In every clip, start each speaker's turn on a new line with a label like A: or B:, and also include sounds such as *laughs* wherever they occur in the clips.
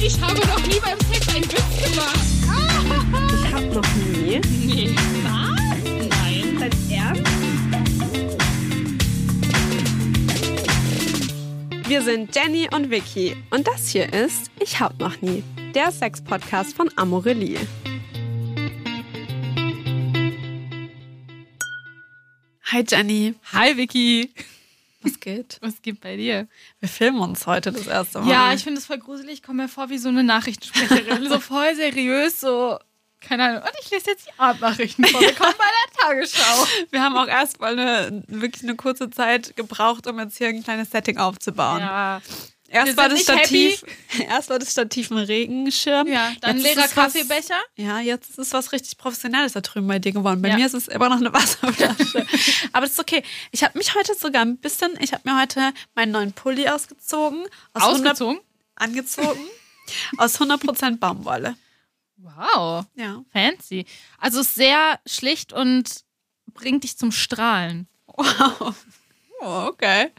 A: Ich habe noch nie beim Sex einen Witz gemacht.
B: Ich hab noch nie.
A: Nee. Was? Nein.
B: Dein Ernst? Wir sind Jenny und Vicky und das hier ist Ich hab noch nie, der Sex-Podcast von Amorelie. Hi Jenny,
C: Hi Vicky,
B: was geht?
C: was gibt bei dir? Wir filmen uns heute das erste Mal.
A: Ja, ich finde es voll gruselig. Ich komme mir vor wie so eine
C: *laughs*
A: Nachrichtensprecherin. so voll seriös, so. Keine Ahnung. Und ich lese jetzt die Abendnachrichten vor. Willkommen
C: *laughs*
A: bei der Tagesschau.
C: wir haben auch erstmal eine wirklich eine kurze Zeit gebraucht, um jetzt hier ein kleines Setting aufzubauen.
A: Ja.
C: Erst
A: Wir
C: war das
A: sind nicht
C: Stativ, *laughs* erst war das Stativ ein Regenschirm.
A: Ja, dann
C: Jetzt
A: leerer
C: ist es was-
A: Kaffeebecher.
C: Ja, jetzt ist es was richtig Professionelles da drüben bei dir geworden. Bei
A: Ja.
C: mir ist es immer noch eine *laughs* Wasserflasche. Aber das ist okay. Ich habe mich heute sogar ein bisschen, ich habe mir heute meinen neuen Pulli ausgezogen. Aus 100
A: Ausgezogen.
C: angezogen. aus 100% Baumwolle.
A: Wow.
C: Ja.
A: Fancy. Also ist sehr schlicht und bringt dich zum Strahlen.
C: Oh, okay.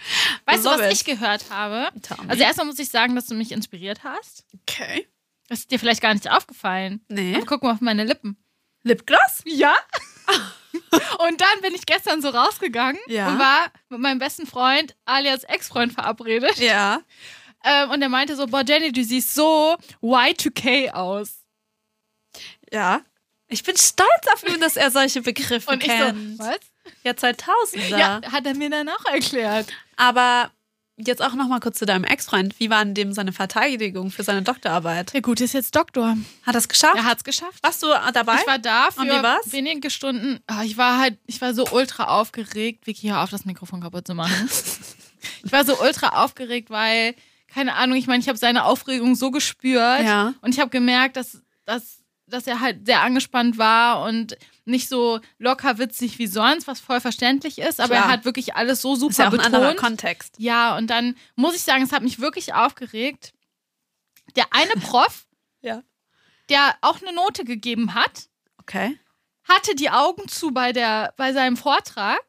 A: Weißt du,
C: Love
A: was
C: it.
A: ich gehört habe?
C: Tell me.
A: Also erstmal muss ich sagen, dass du mich inspiriert hast.
C: Okay.
A: Das ist dir vielleicht gar nicht aufgefallen.
C: Nee.
A: Aber guck mal auf meine Lippen.
C: Lipgloss?
A: Ja. und dann bin ich gestern so rausgegangen
C: Ja.
A: und war mit meinem besten Freund, alias Ex-Freund, verabredet.
C: Ja.
A: Ähm, und er meinte so, boah, Jenny, du siehst so Y2K aus.
C: Ja. Ich bin stolz auf ihn, dass er solche Begriffe
A: Und ich so,
C: kennt.
A: was?
C: ja, 2000er.
A: Ja, hat er mir dann auch erklärt.
C: Aber jetzt auch noch mal kurz zu deinem Ex-Freund. Wie war denn dem seine Verteidigung für seine Doktorarbeit?
A: Der Gute ist jetzt Doktor.
C: Hat das geschafft?
A: Er hat's geschafft.
C: Warst du dabei?
A: Ich war da für
C: Und wie war's?
A: wenige Stunden. Ah, ich war halt, ich war so ultra aufgeregt. Vicky, hör auf, das Mikrofon kaputt zu
C: *laughs*
A: machen. ich war so ultra aufgeregt, weil, keine Ahnung, ich meine, ich habe seine Aufregung so gespürt.
C: Ja.
A: Und ich habe gemerkt, dass, dass, dass er halt sehr angespannt war und nicht so locker witzig wie sonst, was voll verständlich ist. Aber
C: Klar.
A: er hat wirklich alles so super
C: ist ja auch ein anderer
A: betont.
C: Kontext.
A: Ja, und dann muss ich sagen, es hat mich wirklich aufgeregt. Der eine Prof,
C: Ja.
A: der auch eine Note gegeben hat,
C: Okay.
A: hatte die Augen zu bei, der, bei seinem Vortrag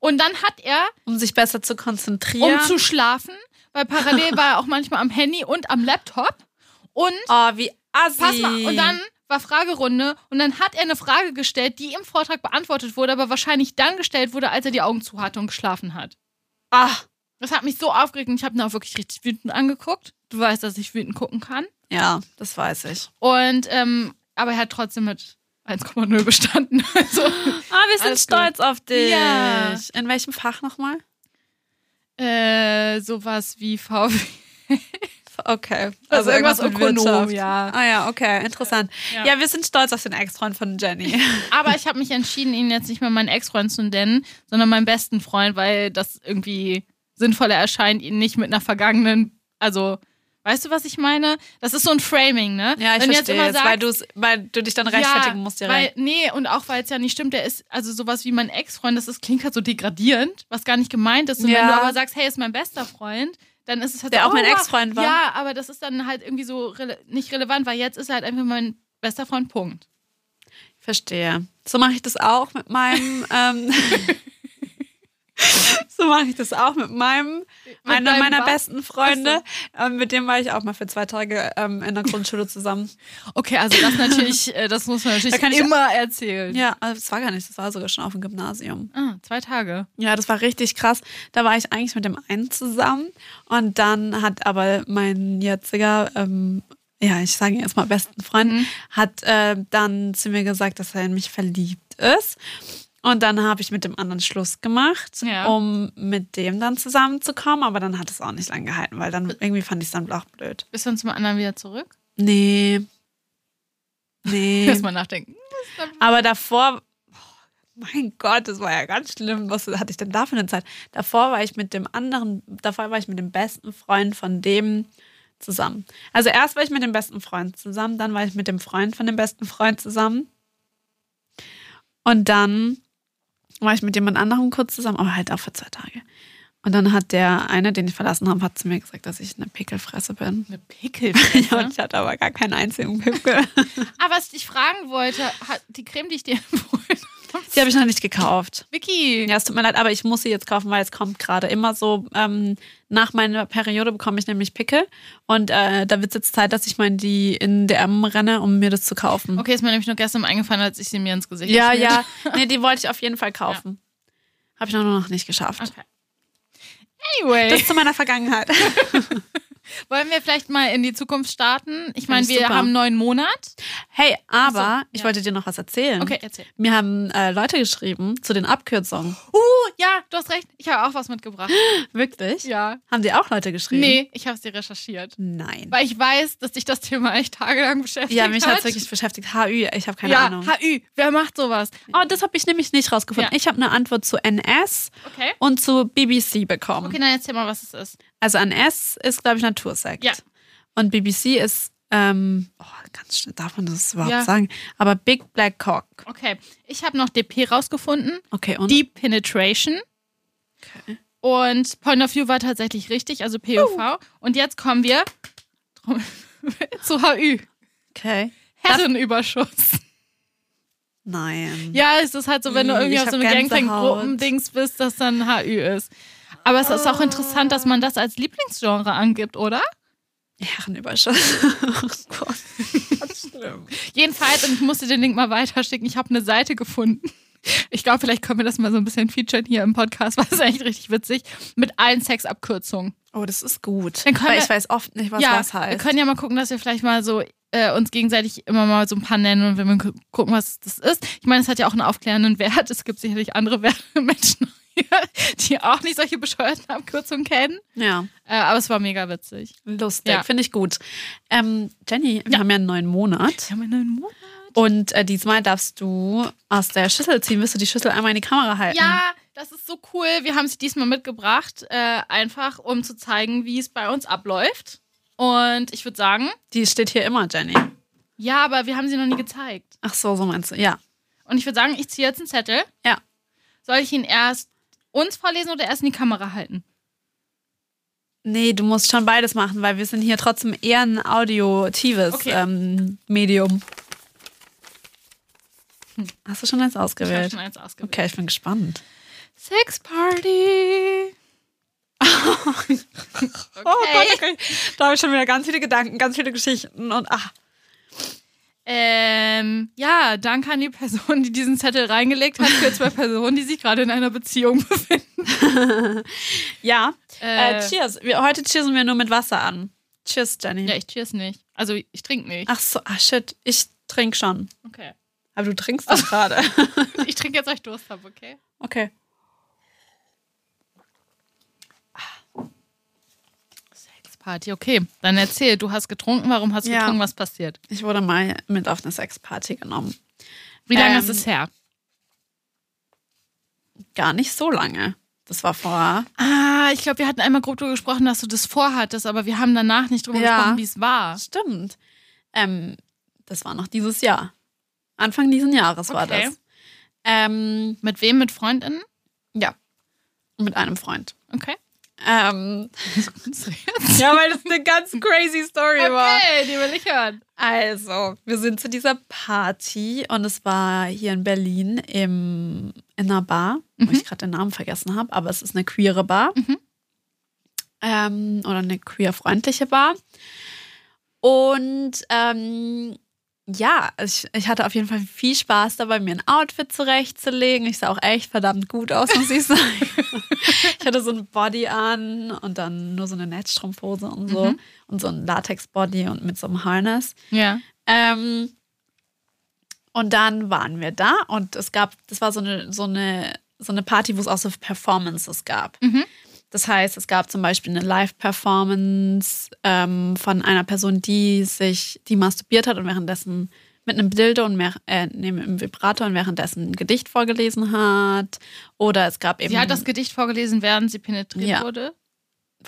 A: und dann hat er,
C: Um sich besser zu
A: um
C: konzentrieren.
A: zu schlafen, weil parallel war er auch manchmal am Handy und am Laptop und
C: oh, wie assi.
A: pass mal, und dann war Fragerunde und dann hat er eine Frage gestellt, die im Vortrag beantwortet wurde, aber wahrscheinlich dann gestellt wurde, als er die Augen zu hatte und geschlafen hat.
C: Ah.
A: Das hat mich so aufgeregt und ich habe ihn auch wirklich richtig wütend angeguckt. Du weißt, dass ich wütend gucken kann.
C: Ja, das weiß ich.
A: Und, ähm, aber er hat trotzdem mit 1,0 bestanden. *laughs* Also,
C: Ah, wir sind
A: Alles gut.
C: stolz auf dich.
A: Ja.
C: In welchem Fach nochmal?
A: äh, sowas wie VW.
C: Okay.
A: Also irgendwas Ökonom,
C: Wirtschaft.
A: ja.
C: Ah ja, okay, interessant.
A: Ja.
C: Ja, wir sind stolz auf den Ex-Freund von Jenny.
A: Aber ich habe mich entschieden, ihn jetzt nicht mehr meinen Ex-Freund zu nennen, sondern meinen besten Freund, weil das irgendwie sinnvoller erscheint, ihn nicht mit einer vergangenen, also weißt du, was ich meine? Das ist so ein Framing, ne?
C: *laughs* Ja, ich
A: Wenn du
C: verstehe jetzt, weil, du's- weil du dich dann rechtfertigen musst
A: weil,
C: direkt.
A: Nee, und auch weil es ja nicht stimmt, der ist, also sowas wie mein Ex-Freund, das ist, klingt halt so degradierend, was gar nicht gemeint ist. Und wenn
C: Ja.
A: du aber sagst, hey, ist mein bester Freund, dann ist es halt
C: Der
A: so,
C: auch mein
A: wow.
C: Ex-Freund war.
A: Ja, aber das ist dann halt irgendwie so rele nicht relevant, weil jetzt ist er halt einfach mein bester Freund, Punkt.
C: Verstehe. So mache ich das auch mit meinem. ähm, *laughs* so mache ich das auch mit meinem, einer
A: deinem
C: meiner
A: was?
C: besten Freunde. Ähm, mit dem war ich auch mal für zwei Tage ähm, in der Grundschule zusammen.
A: Okay, also das natürlich, äh, das muss man natürlich
C: Da kann ich-
A: immer erzählen.
C: Ja, also das war gar nicht, das war sogar schon auf dem Gymnasium.
A: Ah, zwei Tage.
C: Ja, das war richtig krass. Da war ich eigentlich mit dem einen zusammen und dann hat aber mein jetziger, ähm, ja, ich sage jetzt mal besten Freund, hat äh, dann zu mir gesagt, dass er in mich verliebt ist. Und dann habe ich mit dem anderen Schluss gemacht,
A: Ja.
C: um mit dem dann zusammenzukommen. Aber dann hat es auch nicht lange gehalten, weil dann irgendwie fand ich es dann auch blöd.
A: Bist du dann zum anderen wieder zurück?
C: Nee.
A: *laughs*
C: Nee.
A: Erstmal nachdenken.
C: Aber davor, oh, mein Gott, das war ja ganz schlimm. Was hatte ich denn da für eine Zeit? Davor war ich mit dem anderen, davor war ich mit dem besten Freund von dem zusammen. Also erst war ich mit dem besten Freund zusammen, dann war ich mit dem Freund von dem besten Freund zusammen. Und dann war ich mit jemand anderem kurz zusammen, aber halt auch für zwei Tage. Und dann hat der eine, den ich verlassen habe, hat zu mir gesagt, dass ich eine Pickelfresse bin.
A: Eine Pickel. *laughs*
C: Ja, *laughs* und ich hatte aber gar keinen einzigen Pickel.
A: Ah, was ich fragen wollte, hat die Creme, die ich dir *laughs* empfohlen habe,
C: Die habe ich noch nicht gekauft.
A: Vicky.
C: Ja, es tut mir leid, aber ich muss sie jetzt kaufen, weil es kommt gerade immer so, ähm, nach meiner Periode bekomme ich nämlich Pickel und äh, da wird es jetzt Zeit, dass ich mal in die in DM renne, um mir das zu kaufen.
A: Okay, ist mir nämlich nur gestern eingefallen, als ich sie mir ins Gesicht
C: Ja,
A: geschmiert
C: ja. Nee, die wollte ich auf jeden Fall kaufen. Habe ich noch, noch nicht geschafft.
A: Okay. Anyway,
C: Das zu meiner Vergangenheit.
A: *laughs* wollen wir vielleicht mal in die Zukunft starten? Ich meine,
C: ich
A: wir
C: super.
A: haben einen neuen Monat.
C: Hey, aber
A: Ach so,
C: ich
A: ja.
C: wollte dir noch was erzählen.
A: Okay, erzähl.
C: Mir haben äh, Leute geschrieben zu den Abkürzungen.
A: Uh, ja, du hast recht. Ich habe auch was mitgebracht. *laughs*
C: Wirklich?
A: Ja.
C: Haben dir auch Leute geschrieben?
A: Nee, ich habe es dir recherchiert.
C: Nein.
A: Weil ich weiß, dass dich das Thema echt tagelang beschäftigt
C: ja, mich
A: hat.
C: hat es wirklich beschäftigt. HÜ, ich habe keine
A: ja,
C: Ahnung.
A: HÜ, wer macht sowas?
C: Oh, das habe ich nämlich nicht rausgefunden.
A: Ja.
C: Ich habe eine Antwort zu NS
A: Okay.
C: und zu BBC bekommen.
A: Oh, Okay, dann erzähl mal, was es ist.
C: Also NS ist, glaube ich, Natursekt.
A: Ja.
C: Und BBC ist, ähm, oh, ganz schnell darf man das überhaupt
A: Ja.
C: sagen, aber Big Black Cock.
A: Okay, ich habe noch DP rausgefunden.
C: Okay, und?
A: Deep Penetration. Und Point of View war tatsächlich richtig, also POV. Und jetzt kommen wir *laughs* drum- zu HÜ.
C: Okay.
A: Herrenüberschuss.
C: Nein.
A: Ja, es ist halt so, wenn du
C: Ih,
A: irgendwie
C: Mm, ich
A: auf so
C: hab
A: einem
C: Gänsehaut.
A: Gangbang-Gruppen-Dings bist, dass dann HÜ ist. Aber es ist auch interessant, dass man das als Lieblingsgenre angibt, oder?
C: Herrenüberschuss. *laughs* oh Gott. Ganz schlimm.
A: Jedenfalls, und ich musste den Link mal weiterschicken, ich habe eine Seite gefunden. Ich glaube, vielleicht können wir das mal so ein bisschen featuren hier im Podcast, *laughs* weil es ist echt richtig witzig. Mit allen Sexabkürzungen.
C: Oh, das ist gut.
A: Dann können
C: Weil
A: wir-
C: ich weiß oft nicht, was
A: ja,
C: das heißt.
A: wir können ja mal gucken, dass wir vielleicht mal so äh, uns gegenseitig immer mal so ein paar nennen und wenn wir gu- gucken, was das ist. Ich meine, es hat ja auch einen aufklärenden Wert. Es gibt sicherlich andere Werte, Menschen, *laughs* die auch nicht solche bescheuerten Abkürzungen kennen.
C: ja,
A: Äh, aber es war mega witzig.
C: lustig.
A: Ja.
C: Finde ich gut. Ähm, Jenny, wir haben ja einen neuen Monat.
A: Ja, meine Mutter.
C: Und äh, diesmal darfst du aus der Schüssel ziehen. Willst du die Schüssel einmal in die Kamera halten?
A: Ja, das ist so cool. Wir haben sie diesmal mitgebracht, äh, einfach um zu zeigen, wie es bei uns abläuft. Und ich würde sagen,
C: Die steht hier immer, Jenny.
A: ja, aber wir haben sie noch nie gezeigt.
C: Ach so, so meinst du. Ja.
A: Und ich würde sagen, ich ziehe jetzt einen Zettel.
C: Ja.
A: Soll ich ihn erst uns vorlesen oder erst in die Kamera halten?
C: Nee, du musst schon beides machen, weil wir sind hier trotzdem eher ein audiotives
A: Okay.
C: ähm, Medium. Hm, Hast du schon eins
A: Ich habe
C: ausgewählt?
A: schon eins ausgewählt.
C: Okay, ich bin gespannt.
A: Sex Party. *laughs*
C: Oh
A: okay.
C: okay. da habe ich schon wieder ganz viele Gedanken, ganz viele Geschichten und ah, ach.
A: Ähm, ja, danke an die Person, die diesen Zettel reingelegt hat für zwei Personen, die sich gerade in einer Beziehung befinden.
C: Ja. Äh,
A: Äh,
C: cheers. Wir, heute cheersen wir nur mit Wasser an. Cheers, Jenny.
A: Ja, ich cheers nicht. Also ich trinke nicht.
C: Ach so, ah shit. Ich trinke schon.
A: Okay.
C: Aber du trinkst *laughs* doch gerade.
A: Ich trinke jetzt, weil ich Durst habe, okay?
C: Okay.
A: Sexparty, okay. Dann erzähl, du hast getrunken, warum hast du
C: Ja.
A: getrunken, was passiert?
C: Ich wurde mal mit auf eine Sexparty genommen.
A: Wie lange
C: Ähm,
A: ist es her?
C: Gar nicht so lange. Das war vor
A: Ah, ich glaube, wir hatten einmal grob darüber gesprochen, dass du das vorhattest, aber wir haben danach nicht drüber
C: Ja.
A: gesprochen, wie es war.
C: Stimmt. Ähm, das war noch dieses Jahr. Anfang diesen Jahres war
A: Okay.
C: das. Ähm,
A: Mit wem? Mit Freundinnen?
C: ja. Mit einem Freund.
A: *laughs* Okay.
C: Ähm, ja, weil das eine ganz crazy *laughs* Story
A: Okay, die will ich hören.
C: Also, wir sind zu dieser Party und es war hier in Berlin im, in einer Bar, wo ich gerade den Namen vergessen habe, aber es ist eine queere Bar ähm, oder eine queerfreundliche Bar. Und ähm, ja, ich, ich hatte auf jeden Fall viel Spaß dabei, mir ein Outfit zurechtzulegen. Ich sah auch echt verdammt gut aus, muss ich *laughs* sagen. ich hatte so ein Body an und dann nur so eine Netzstrumpfhose und so und so ein Latex-Body und mit so einem Harness.
A: Ja.
C: Ähm, und dann waren wir da und es gab, das war so eine, so eine, so eine Party, wo es auch so Performances gab.
A: Mhm.
C: Das heißt, es gab zum Beispiel eine Live-Performance ähm, von einer Person, die sich, die masturbiert hat und währenddessen mit einem Dildo und mehr, äh, nee, mit einem Vibrator und währenddessen ein Gedicht vorgelesen hat. Oder es gab eben
A: Sie hat das Gedicht vorgelesen, während sie penetriert
C: Ja.
A: wurde.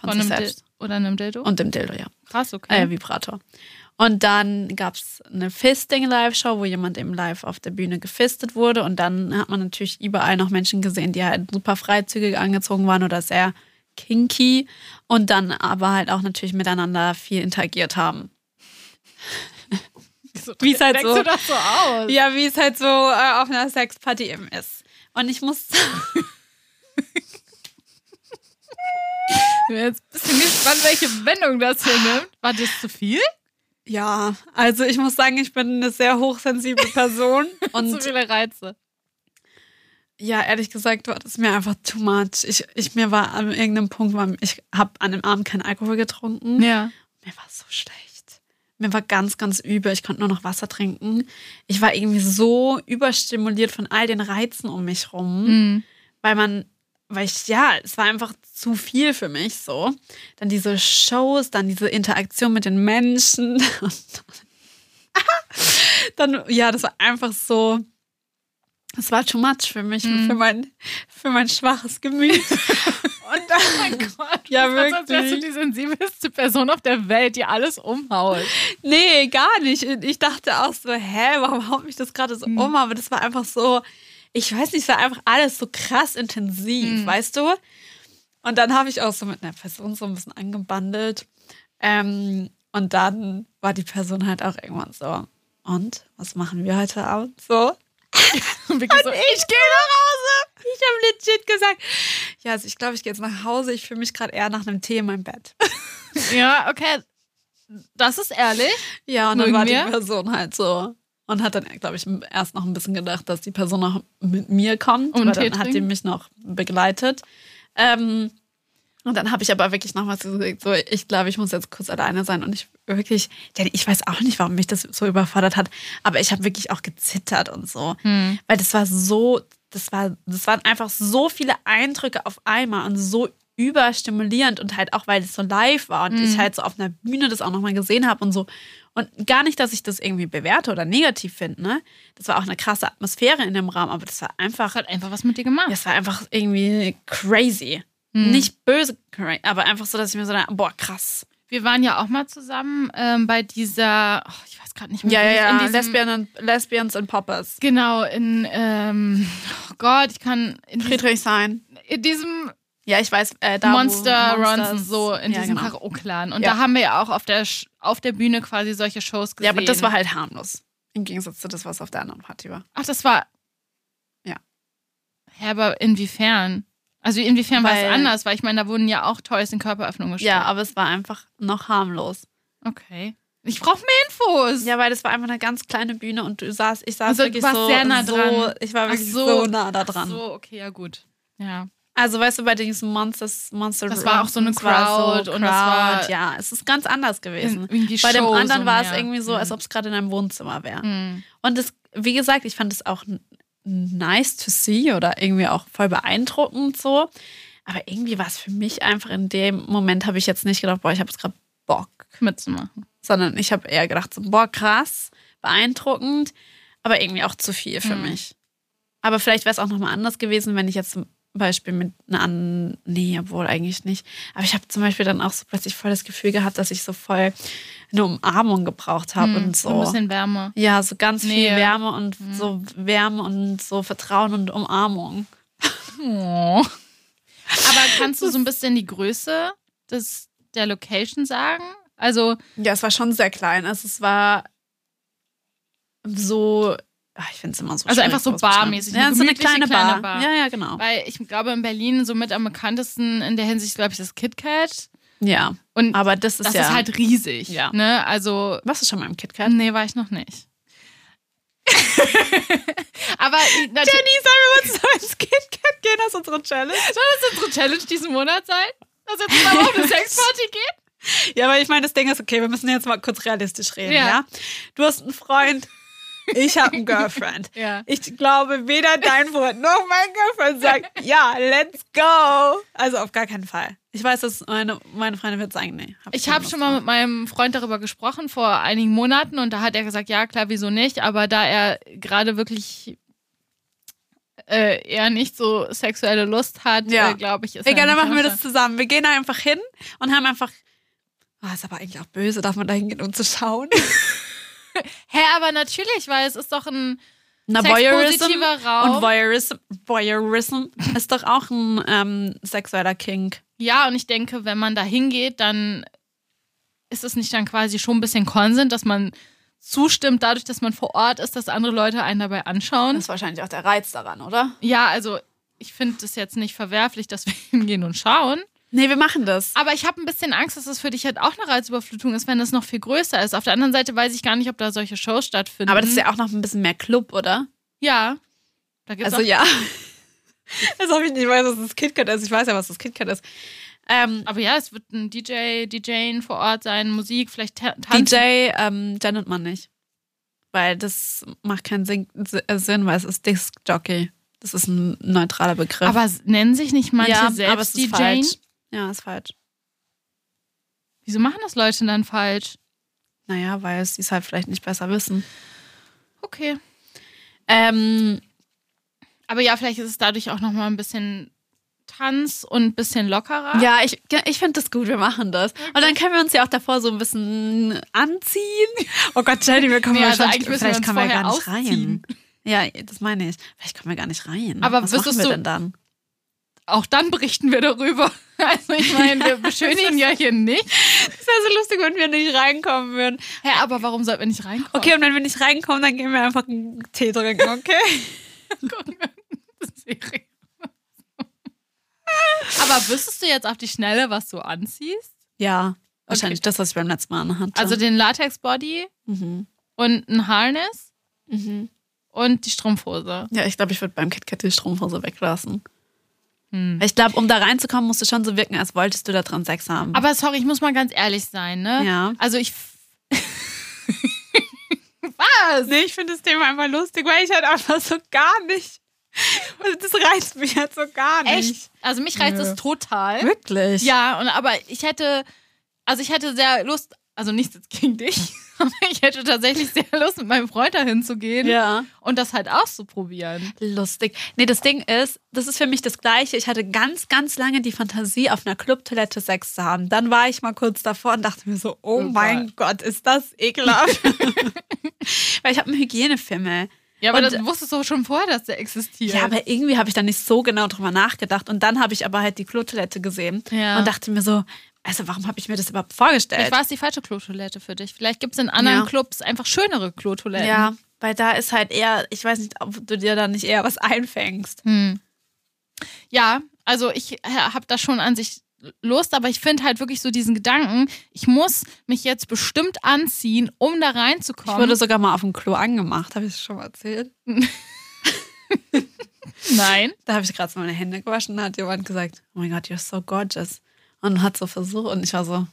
C: von,
A: einem
C: sich
A: Dil-
C: selbst.
A: oder einem Dildo.
C: Und dem Dildo, ja.
A: Krass, okay.
C: äh, Vibrator. Und dann gab es eine Fisting-Live-Show, wo jemand eben live auf der Bühne gefistet wurde. Und dann hat man natürlich überall noch Menschen gesehen, die halt super freizügig angezogen waren oder sehr kinky. Und dann aber halt auch natürlich miteinander viel interagiert haben.
A: *laughs* Wieso
C: Wie es halt
A: denkst
C: so-
A: du das so aus?
C: Ja, wie es halt so äh, auf einer Sexparty eben ist. Und ich muss
A: Ich bin jetzt ein bisschen gespannt, welche Wendung das *laughs* hier nimmt. War das zu viel?
C: *laughs* Ja, also ich muss sagen, ich bin eine sehr hochsensible
A: *laughs*
C: Person.
A: zu
C: und
A: viele Reize.
C: ja, ehrlich gesagt war das mir einfach too much. Ich, ich mir war an irgendeinem Punkt, war, ich habe an dem Abend keinen Alkohol getrunken.
A: Ja.
C: Mir war so schlecht. Mir war ganz, ganz übel. Ich konnte nur noch Wasser trinken. Ich war irgendwie so überstimuliert von all den Reizen um mich rum.
A: Mhm.
C: weil man, weil ich, ja, es war einfach zu viel für mich so. Dann diese Shows, dann diese Interaktion mit den Menschen. *laughs* dann, ja, das war einfach so, es war too much für mich, und für, mein, für mein schwaches Gemüt.
A: Und dann, oh
C: *laughs*
A: mein Gott,
C: Ja,
A: das ist, als wärst du
C: wirklich.
A: die sensibelste Person auf der Welt, die alles umhaut.
C: Nee, gar nicht. Ich dachte auch so, hä, warum haut mich das gerade so um? Aber das war einfach so, ich weiß nicht, es war einfach alles so krass intensiv, weißt du? Und dann habe ich auch so mit einer Person so ein bisschen angebandelt. Ähm, und dann war die Person halt auch irgendwann so, und was machen wir heute Abend so? *laughs*
A: Und Vicky so,
C: ich gehe nach Hause. Ich habe legit gesagt, ja, also ich glaube, ich gehe jetzt nach Hause. Ich fühle mich gerade eher nach einem Tee in meinem Bett.
A: ja, okay, das ist ehrlich.
C: Ja, und dann
A: Mögen
C: war
A: wir?
C: die Person halt so. Und hat dann, glaube ich, erst noch ein bisschen gedacht, dass die Person noch mit mir kommt.
A: Und
C: Und
A: Tee
C: dann hat die
A: trinken?
C: mich noch begleitet. Ähm, und dann habe ich aber wirklich noch was gesagt, so, ich glaube, ich muss jetzt kurz alleine sein. Und ich wirklich, denn ich weiß auch nicht, warum mich das so überfordert hat, aber ich habe wirklich auch gezittert und so. Weil das war so, das war, das waren einfach so viele Eindrücke auf einmal und so überstimulierend und halt auch, weil es so live war und ich halt so auf einer Bühne das auch nochmal gesehen habe und so. Und gar nicht, dass ich das irgendwie bewerte oder negativ finde, ne? Das war auch eine krasse Atmosphäre in dem Raum, aber das war
A: Das
C: einfach
A: hat einfach was mit dir gemacht.
C: das war einfach irgendwie crazy.
A: Hm.
C: Nicht böse, cra- aber einfach so, dass ich mir so dachte, boah, krass.
A: Wir waren ja auch mal zusammen ähm, bei dieser, oh, ich weiß gerade nicht mehr, wie es in diesem,
C: Lesbians and Poppers.
A: genau, in, ähm, oh Gott, ich kann, in, diesem-
C: Friedrich sein.
A: in diesem
C: Ja, ich weiß, äh, da wo
A: Monster
C: Monsters-
A: Ronson, so in
C: ja,
A: diesem
C: genau.
A: Karaoke-Clan. Und
C: Ja.
A: da haben wir ja auch auf der, Sch- auf der Bühne quasi solche Shows gesehen.
C: Ja, aber das war halt harmlos. Im Gegensatz zu das, was auf der anderen Party war.
A: Ach, das war.
C: Ja.
A: Hä, aber inwiefern? Also inwiefern war es
C: Weil-
A: anders? Weil ich meine, da wurden ja auch Toys in Körperöffnung gestellt.
C: Ja, aber es war einfach noch harmlos.
A: Okay. Ich brauche mehr Infos.
C: Ja, weil das war einfach eine ganz kleine Bühne und du saß, ich saß
A: Also, du
C: wirklich
A: warst
C: so,
A: sehr nah
C: so,
A: dran.
C: ich war
A: Ach
C: wirklich
A: so.
C: so, nah da dran.
A: Ach so, okay, ja gut. Ja.
C: Also weißt du, bei diesem Monsters, Monster
A: Das war auch so eine
C: Run, es war
A: Crowd und es war-
C: Crowd, ja, es ist ganz anders gewesen.
A: In- irgendwie
C: bei dem
A: Show
C: anderen
A: so
C: war es
A: mehr.
C: irgendwie so, also
A: Mhm.
C: als ob es gerade in einem Wohnzimmer wäre.
A: Hm.
C: Und das, wie gesagt, ich fand es auch n- nice to see oder irgendwie auch voll beeindruckend so. Aber irgendwie war es für mich einfach in dem Moment, habe ich jetzt nicht gedacht, boah, ich habe jetzt gerade Bock
A: Mitzumachen.
C: sondern ich habe eher gedacht, so, boah, krass, beeindruckend, aber irgendwie auch zu viel für
A: Mhm.
C: mich. Aber vielleicht wäre es auch nochmal anders gewesen, wenn ich jetzt zum Beispiel mit einer anderen, nee, obwohl eigentlich nicht. Aber ich habe zum Beispiel dann auch so plötzlich voll das Gefühl gehabt, dass ich so voll eine Umarmung gebraucht habe
A: Hm,
C: und so.
A: Ein bisschen Wärme.
C: ja, so ganz
A: Nähe. Mhm.
C: viel Wärme und so Wärme und so Vertrauen und Umarmung.
A: Oh. Aber kannst du so ein bisschen die Größe des, der Location sagen? Also,
C: Ja, es war schon sehr klein. Also es war so, ach, ich finde es immer so
A: Also
C: schwierig,
A: einfach so
C: sowas zu beschreiben.
A: barmäßig,
C: Ja,
A: eine
C: so eine
A: gemütliche
C: kleine,
A: kleine
C: Bar.
A: Bar.
C: Ja, ja, genau.
A: weil ich glaube, in Berlin somit am bekanntesten in der Hinsicht, glaube ich, das KitKat.
C: Ja,
A: Und
C: aber das ist
A: das
C: ja...
A: ist halt riesig.
C: Ja.
A: Ne? Also,
C: warst du schon mal im KitKat?
A: nee, war ich noch nicht. *laughs* Aber äh, natürlich
C: sollen wir uns noch ins KitKat gehen? Das ist unsere Challenge.
A: soll das unsere Challenge diesen Monat sein, dass jetzt mal auf eine Sexparty geht.
C: Ja, aber ich meine, das Ding ist, okay, wir müssen jetzt mal kurz realistisch reden,
A: Ja.
C: ja? Du hast einen Freund, ich habe einen Girlfriend.
A: *laughs* Ja.
C: Ich glaube, weder dein Freund noch mein Girlfriend sagt, ja, let's go. Also auf gar keinen Fall. Ich weiß, dass meine, meine Freundin wird sagen, nee. hab
A: Ich
C: keine
A: habe
C: Lust
A: schon mal
C: drauf.
A: mit meinem Freund darüber gesprochen vor einigen Monaten und da hat er gesagt, ja klar, wieso nicht. Aber da er gerade wirklich äh, eher nicht so sexuelle Lust hat,
C: Ja.
A: äh, glaube ich, ist
C: Egal,
A: er
C: dann
A: nicht
C: machen wir
A: so-
C: das zusammen. Wir gehen da einfach hin und haben einfach. Oh, ist aber eigentlich auch böse, darf man da hingehen, um zu schauen.
A: Hä, aber natürlich, weil es ist doch ein
C: Na,
A: Sexpositiver Raum.
C: Und Voyeurism, Voyeurism ist doch auch ein ähm, sexueller Kink.
A: Ja, und ich denke, wenn man da hingeht, dann ist es nicht dann quasi schon ein bisschen Konsent, dass man zustimmt, dadurch, dass man vor Ort ist, dass andere Leute einen dabei anschauen.
C: Das ist wahrscheinlich auch der Reiz daran, oder?
A: Ja, also ich finde es jetzt nicht verwerflich, dass wir *laughs* hingehen und schauen.
C: Nee, wir machen das.
A: Aber ich habe ein bisschen Angst, dass das für dich halt auch eine Reizüberflutung ist, wenn das noch viel größer ist. Auf der anderen Seite weiß ich gar nicht, ob da solche Shows stattfinden.
C: Aber das ist ja auch noch ein bisschen mehr Club, oder?
A: Ja. Da gibt's
C: also
A: auch,
C: ja. *laughs* Das habe ich nicht, weiß, was das KitKat ist. Ich weiß ja, was das KitKat ist. Ähm,
A: Aber ja, es wird ein DJ, DJing vor Ort sein, Musik, vielleicht ta tanzen.
C: DJ, ähm, den nennt man nicht. Weil das macht keinen Sinn, äh, Sinn, weil es ist Disc Jockey. Das ist ein neutraler Begriff.
A: Aber s- nennen sich nicht manche
C: ja,
A: selbst
C: aber es ist
A: DJing?
C: falsch. Ja, ist falsch.
A: Wieso machen das Leute dann falsch?
C: Naja, weil sie es halt vielleicht nicht besser wissen.
A: Okay.
C: Ähm,
A: Aber ja, vielleicht ist es dadurch auch nochmal ein bisschen Tanz und ein bisschen lockerer.
C: ja, ich, ich finde das gut, wir machen das. Und dann können wir uns ja auch davor so ein bisschen anziehen. Oh Gott, Jenny, wir kommen
A: Nee,
C: ja
A: also
C: schon,
A: eigentlich müssen wir
C: vielleicht
A: uns
C: kommen wir
A: vorher
C: gar nicht
A: ausziehen.
C: rein. Ja, das meine ich. Vielleicht kommen wir gar nicht rein.
A: Aber
C: Was
A: würdest
C: machen wir
A: du-
C: denn dann?
A: Auch dann berichten wir darüber. *laughs* Also ich meine, *laughs* wir beschönigen ja hier nicht.
C: Das wäre so lustig, wenn wir nicht reinkommen würden.
A: Hä, aber warum sollten wir nicht reinkommen? *laughs*
C: Okay, und wenn wir nicht reinkommen, dann gehen wir einfach einen Tee trinken, okay?
A: Serie. Aber wüsstest du jetzt auf die Schnelle, was du anziehst?
C: *laughs* ja, wahrscheinlich das, was ich beim letzten Mal anhatte.
A: Also den Latex-Body
C: mhm.
A: und ein Harness
C: Mhm.
A: und die Strumpfhose.
C: Ja, ich glaube, ich würde beim KitKat die Strumpfhose weglassen.
A: Hm.
C: Ich glaube, um da reinzukommen, musst du schon so wirken, als wolltest du da dran Sex haben.
A: Aber sorry, ich muss mal ganz ehrlich sein, ne?
C: Ja.
A: Also ich.
C: was? Nee, ich finde das Thema einfach lustig, weil ich halt einfach so gar nicht. *laughs* Also das reizt mich halt so gar
A: Echt? Also mich reizt
C: Nö.
A: es total.
C: Wirklich? Ja.
A: Ja, und aber ich hätte, also ich hätte sehr Lust, also nichts jetzt gegen dich, *laughs* aber ich hätte tatsächlich sehr Lust, mit meinem Freund dahin zu gehen
C: Ja.
A: und das halt auszuprobieren.
C: Lustig. Nee, das Ding ist, das ist für mich das Gleiche. Ich hatte ganz, ganz lange die Fantasie, auf einer Clubtoilette Sex zu haben. Dann war ich mal kurz davor und dachte mir so, oh
A: Oh
C: mein Gott, ist das
A: *laughs*
C: ekelhaft. Weil ich habe einen Hygienefimmel.
A: Ja, aber
C: Und-
A: das wusstest du auch schon vorher, dass der existiert.
C: Ja, aber irgendwie habe ich da nicht so genau drüber nachgedacht. Und dann habe ich aber halt die Klotoilette gesehen
A: Ja.
C: und dachte mir so, also warum habe ich mir das überhaupt vorgestellt?
A: Vielleicht war es die falsche Klotoilette für dich. Vielleicht gibt es in anderen
C: äh, Ja.
A: Clubs einfach schönere Klotoiletten.
C: ja, weil da ist halt eher, ich weiß nicht, ob du dir da nicht eher was einfängst.
A: Hm. Ja, also ich habe da schon an sich Lust, aber ich finde halt wirklich so diesen Gedanken, ich muss mich jetzt bestimmt anziehen, um da
C: Ich
A: reinzukommen.
C: wurde sogar mal auf dem Klo angemacht, habe ich schon mal erzählt.
A: Nein.
C: Da habe ich gerade so meine Hände gewaschen, da hat jemand gesagt, oh mein Gott, you're so gorgeous. Und hat so versucht und ich war so,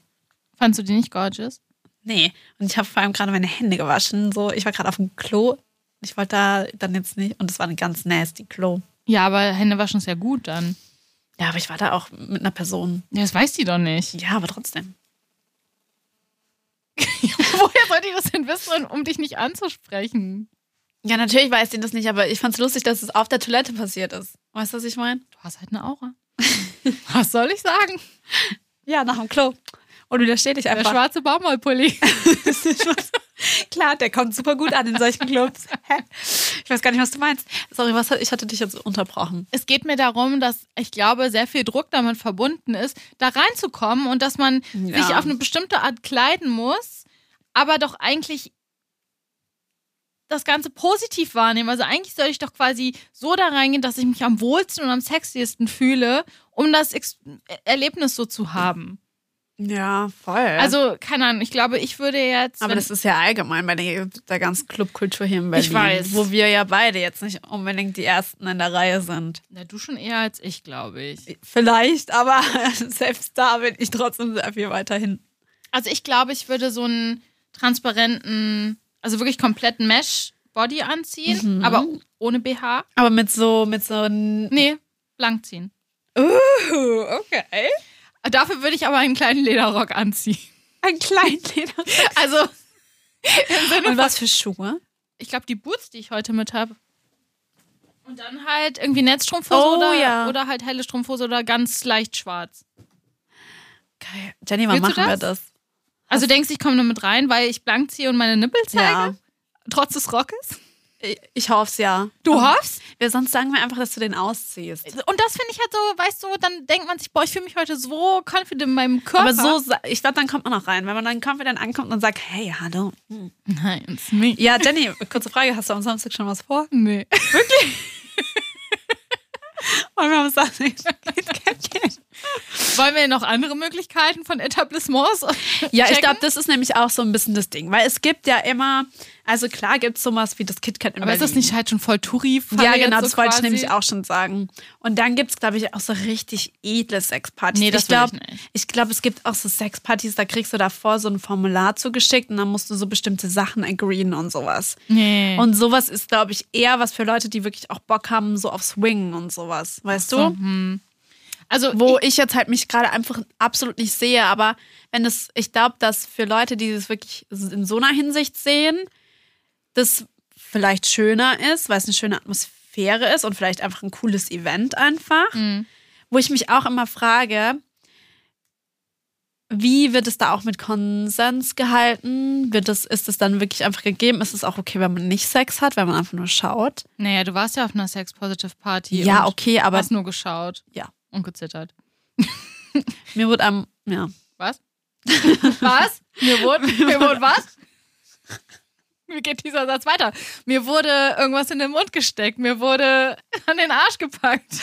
A: Fandst du die nicht gorgeous?
C: nee. Und ich habe vor allem gerade meine Hände gewaschen, so, ich war gerade auf dem Klo. Ich wollte da dann jetzt nicht und es war ein ganz nasty Klo.
A: Ja, aber Händewaschen ist ja gut dann.
C: Ja, aber ich war da auch mit einer Person.
A: Ja, das weiß die doch
C: *laughs*
A: nicht.
C: Ja, aber trotzdem.
A: Woher soll die das denn wissen, um dich nicht anzusprechen?
C: Ja, natürlich weiß die das nicht, aber ich fand's lustig, dass es auf der Toilette passiert ist. Weißt du, was ich meine?
A: Du hast halt eine Aura. Was soll ich sagen?
C: Ja, nach dem Klo. Und widersteht dich
A: Der
C: einfach.
A: schwarze Baumwollpulli.
C: *laughs* Klar, der kommt super gut an in solchen Clubs. *laughs* Hä? ich weiß gar nicht, was du meinst. Sorry, was, ich hatte dich jetzt unterbrochen.
A: es geht mir darum, dass ich glaube, sehr viel Druck damit verbunden ist, da reinzukommen und dass man
C: Ja.
A: sich auf eine bestimmte Art kleiden muss, aber doch eigentlich das Ganze positiv wahrnehmen. Also eigentlich soll ich doch quasi so da reingehen, dass ich mich am wohlsten und am sexiesten fühle, um das Ex Erlebnis so zu haben.
C: Ja, voll. Also,
A: Also, keine Ahnung, ich glaube, ich würde jetzt.
C: aber
A: wenn-
C: das ist ja allgemein bei der, der ganzen Clubkultur hier in Berlin.
A: Ich weiß.
C: Wo wir ja beide jetzt nicht unbedingt die Ersten in der Reihe sind.
A: na, du schon eher als ich, glaube ich.
C: Vielleicht, aber *laughs* selbst da bin ich trotzdem sehr viel weiter hinten.
A: Also ich glaube, ich würde so einen transparenten, also wirklich kompletten Mesh-Body anziehen,
C: Mhm.
A: aber ohne BH.
C: Aber mit so, mit so einem
A: Nee, blank ziehen.
C: Uh, okay.
A: Dafür würde ich aber einen kleinen Lederrock anziehen. *laughs*
C: Ein Kleinleder.
A: Also,
C: Und was für Schuhe?
A: ich glaube, die Boots, die ich heute mit habe. Und dann halt irgendwie Netzstrumpfhose
C: Oh,
A: oder,
C: ja.
A: oder halt helle Strumpfhose oder ganz leicht schwarz.
C: Geil. Jenny, wann
A: Willst du
C: machen wir das?
A: Also denkst du, ich komme damit rein, weil ich blank ziehe und meine Nippel zeige?
C: Ja.
A: Trotz des Rockes?
C: Ich hoffe es ja.
A: Du hoffst?
C: Ja, sonst sagen wir einfach, dass du den ausziehst.
A: Und das finde ich halt so, weißt du, dann denkt man sich, boah, ich fühle mich heute so confident in meinem Körper.
C: Aber so, sa- ich glaube, dann kommt man auch rein. Wenn man dann confident ankommt und sagt, hey, *laughs* hallo. Hm.
A: Nein, ist nicht.
C: Ja, Jenny, kurze Frage, hast du am Samstag schon was vor?
A: Nee.
C: Wollen wir am Samstag *laughs* Käffchen?
A: Wollen wir noch andere Möglichkeiten von Etablissements?
C: Ja, ich
A: checken?
C: glaube, das ist nämlich auch so ein bisschen das Ding. Weil es gibt ja immer, also klar gibt es sowas wie das KitKat in
A: Aber ist das
C: Berlin.
A: nicht halt schon voll touri
C: Ja, genau, das
A: so
C: wollte ich
A: quasi?
C: nämlich auch schon sagen. Und dann gibt es, glaube ich, auch so richtig edle Sexpartys.
A: Nee, das
C: ich
A: will
C: glaube,
A: ich nicht.
C: ich glaub, es gibt auch so Sexpartys, da kriegst du davor so ein Formular zugeschickt und dann musst du so bestimmte Sachen agreeen und sowas.
A: Nee.
C: Und sowas ist, glaube ich, eher was für Leute, die wirklich auch Bock haben, so auf Swingen und sowas. Weißt
A: so.
C: du?
A: Hm. Also,
C: Wo ich jetzt halt mich gerade einfach absolut nicht sehe, aber wenn das, ich glaube, dass für Leute, die das wirklich in so einer Hinsicht sehen, das vielleicht schöner ist, weil es eine schöne Atmosphäre ist und vielleicht einfach ein cooles Event einfach.
A: Mhm.
C: Wo ich mich auch immer frage, wie wird es da auch mit Konsens gehalten? Wird es, ist es dann wirklich einfach gegeben? Ist es auch okay, wenn man nicht Sex hat, wenn man einfach nur schaut?
A: naja, du warst ja auf einer Sex-Positive-Party.
C: ja,
A: und
C: okay, aber
A: Hast nur geschaut.
C: Ja.
A: Und gezittert.
C: mir wurde am, ja.
A: Was?
C: *laughs*
A: was? Mir wurde, mir wurde was? Wie geht dieser Satz weiter? Mir wurde irgendwas in den Mund gesteckt. Mir wurde an den Arsch
C: *laughs*
A: gepackt.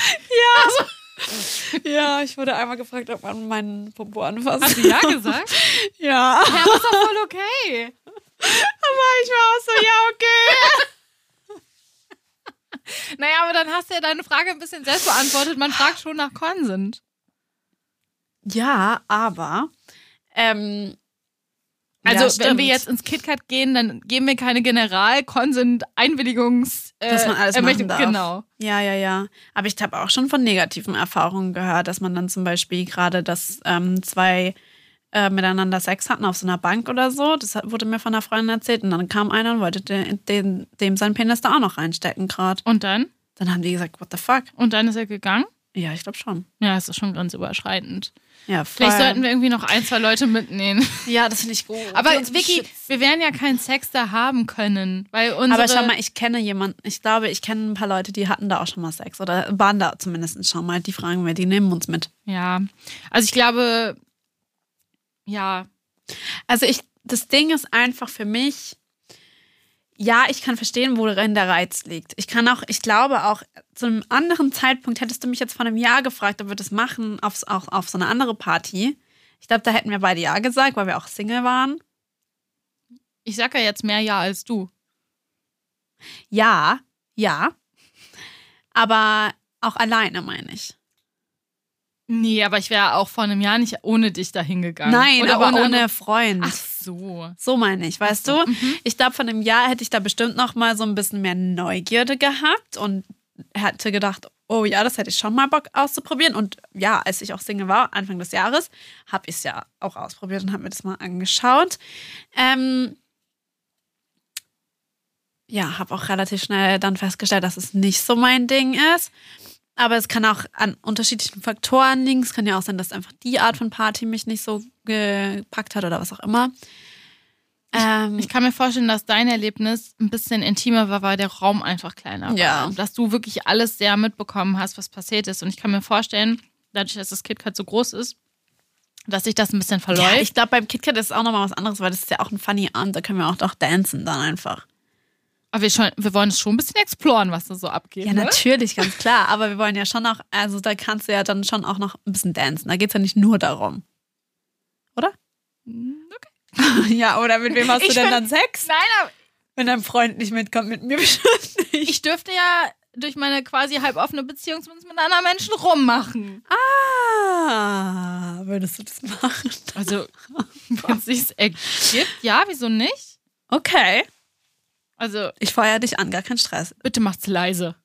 C: Ja, ich wurde einmal gefragt, ob man meinen Popo
A: *laughs*
C: anfasst.
A: Hast du ja gesagt?
C: Ja.
A: Ja, aber ist doch voll okay.
C: Ich war auch so, ja, okay.
A: Naja, aber dann hast du ja deine Frage ein bisschen selbst beantwortet. Man fragt schon nach Konsent.
C: Ja, aber. Ähm,
A: Also, wenn
C: ja, stimmt.
A: wir jetzt ins KitKat gehen, dann geben wir keine General-Konsent-Einwilligungs... Äh,
C: Dass man alles
A: Ermächtigung-
C: machen darf.
A: Genau.
C: Ja, ja, ja. Aber ich habe auch schon von negativen Erfahrungen gehört, dass man dann zum Beispiel gerade, dass ähm, zwei äh, miteinander Sex hatten auf so einer Bank oder so. Das hat- wurde mir von einer Freundin erzählt. Und dann kam einer und wollte den, den, dem seinen Penis da auch noch reinstecken gerade.
A: Und dann?
C: Dann haben die gesagt, what the fuck?
A: Und dann ist er gegangen?
C: Ja, ich glaube schon.
A: Ja, es ist schon grenzüberschreitend.
C: Ja,
A: Vielleicht sollten wir irgendwie noch ein, zwei Leute mitnehmen.
C: Ja, das finde ich gut.
A: Aber
C: Die uns
A: Vicky, wir werden ja keinen Sex da haben können, weil unsere...
C: Aber schau mal, ich kenne jemanden, ich glaube, ich kenne ein paar Leute, die hatten da auch schon mal Sex oder waren da zumindest schon mal. Die fragen wir, die nehmen uns mit.
A: Ja, also ich glaube, ja,
C: Also ich, das Ding ist einfach für mich, ja, ich kann verstehen, worin der Reiz liegt. Ich kann auch, ich glaube auch, zu einem anderen Zeitpunkt hättest du mich jetzt vor einem Jahr gefragt, ob wir das machen, auf, auch auf so eine andere Party. Ich glaube, da hätten wir beide Ja gesagt, weil wir auch Single waren.
A: ich sag ja jetzt mehr Ja als du.
C: Ja, ja. Aber auch alleine, meine ich.
A: Nee, aber ich wäre auch vor einem Jahr nicht ohne dich dahin gegangen.
C: Nein,
A: Oder
C: aber ohne,
A: andere-
C: Freund.
A: Ach so.
C: So meine ich, weißt du? Ich glaube, von einem Jahr hätte ich da bestimmt noch mal so ein bisschen mehr Neugierde gehabt und hätte gedacht, oh ja, das hätte ich schon mal Bock auszuprobieren. Und ja, als ich auch Single war, Anfang des Jahres, habe ich es ja auch ausprobiert und habe mir das mal angeschaut. Ähm, ja, habe auch relativ schnell dann festgestellt, dass es nicht so mein Ding ist. Aber es kann auch an unterschiedlichen Faktoren liegen. Es kann ja auch sein, dass einfach die Art von Party mich nicht so gepackt hat oder was auch immer. Ähm,
A: Ich kann mir vorstellen, dass dein Erlebnis ein bisschen intimer war, weil der Raum einfach kleiner war.
C: Ja.
A: Dass du wirklich alles sehr mitbekommen hast, was passiert ist. Und ich kann mir vorstellen, dadurch, dass das KitKat so groß ist, dass sich das ein bisschen verläuft.
C: ja, ich glaube, beim KitKat ist es auch nochmal was anderes, weil das ist ja auch ein funny Abend. Da können wir auch doch dancen dann einfach.
A: Aber wir, schon, wir wollen es schon ein bisschen exploren, was da so abgeht.
C: Ja,
A: ne?
C: natürlich, ganz *laughs* klar. Aber wir wollen ja schon auch, also da kannst du ja dann schon auch noch ein bisschen dancen. Da geht es ja nicht nur darum. Oder? Mm, Okay. *laughs* ja, oder mit wem hast
A: Ich find-
C: Sex?
A: Nein, aber
C: Wenn dein Freund nicht mitkommt, mit mir *laughs* bestimmt nicht.
A: ich dürfte ja durch meine quasi halboffene Beziehung zumindest mit anderen Menschen rummachen.
C: Ah, würdest du das machen?
A: Also, wenn es sich ergibt, ja, wieso nicht?
C: Okay.
A: Also,
C: Ich feuer dich an, gar kein Stress.
A: bitte macht's leise.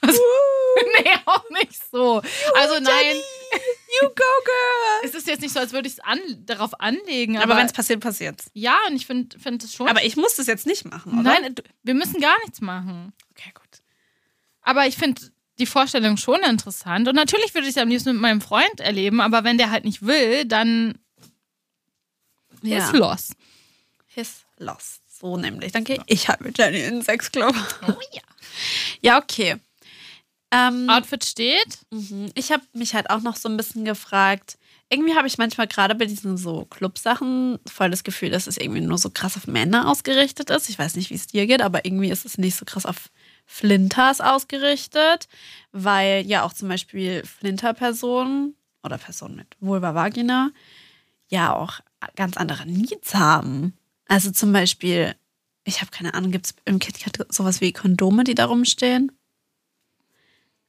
A: Also, *laughs* nee, auch nicht so. Also nein,
C: You go, girl!
A: es ist jetzt nicht so, als würde ich es an, darauf anlegen. Aber,
C: Aber, wenn es passiert, passiert's.
A: ja, und ich finde es find es schon.
C: Aber ich muss das jetzt nicht machen, oder?
A: nein, du- wir müssen gar nichts machen.
C: Okay, gut.
A: Aber ich finde die Vorstellung schon interessant. Und natürlich würde ich es am liebsten mit meinem Freund erleben, aber wenn der halt nicht will, dann
C: Ja.
A: ist los.
C: Kiss Lost. So nämlich. Dann gehe ich halt mit Jenny in den Sexclub. Oh ja. *laughs* Ja, okay. Ähm,
A: Outfit steht.
C: Mhm. Ich habe mich halt auch noch so ein bisschen gefragt. Irgendwie habe ich manchmal gerade bei diesen so Clubsachen voll das Gefühl, dass es irgendwie nur so krass auf Männer ausgerichtet ist. Ich weiß nicht, wie es dir geht, aber irgendwie ist es nicht so krass auf Flinters ausgerichtet, weil ja auch zum Beispiel Flinterpersonen oder Personen mit Vulva Vagina ja auch ganz andere Needs haben. Also zum Beispiel, ich habe keine Ahnung, gibt es im KitKat sowas wie Kondome, die da rumstehen?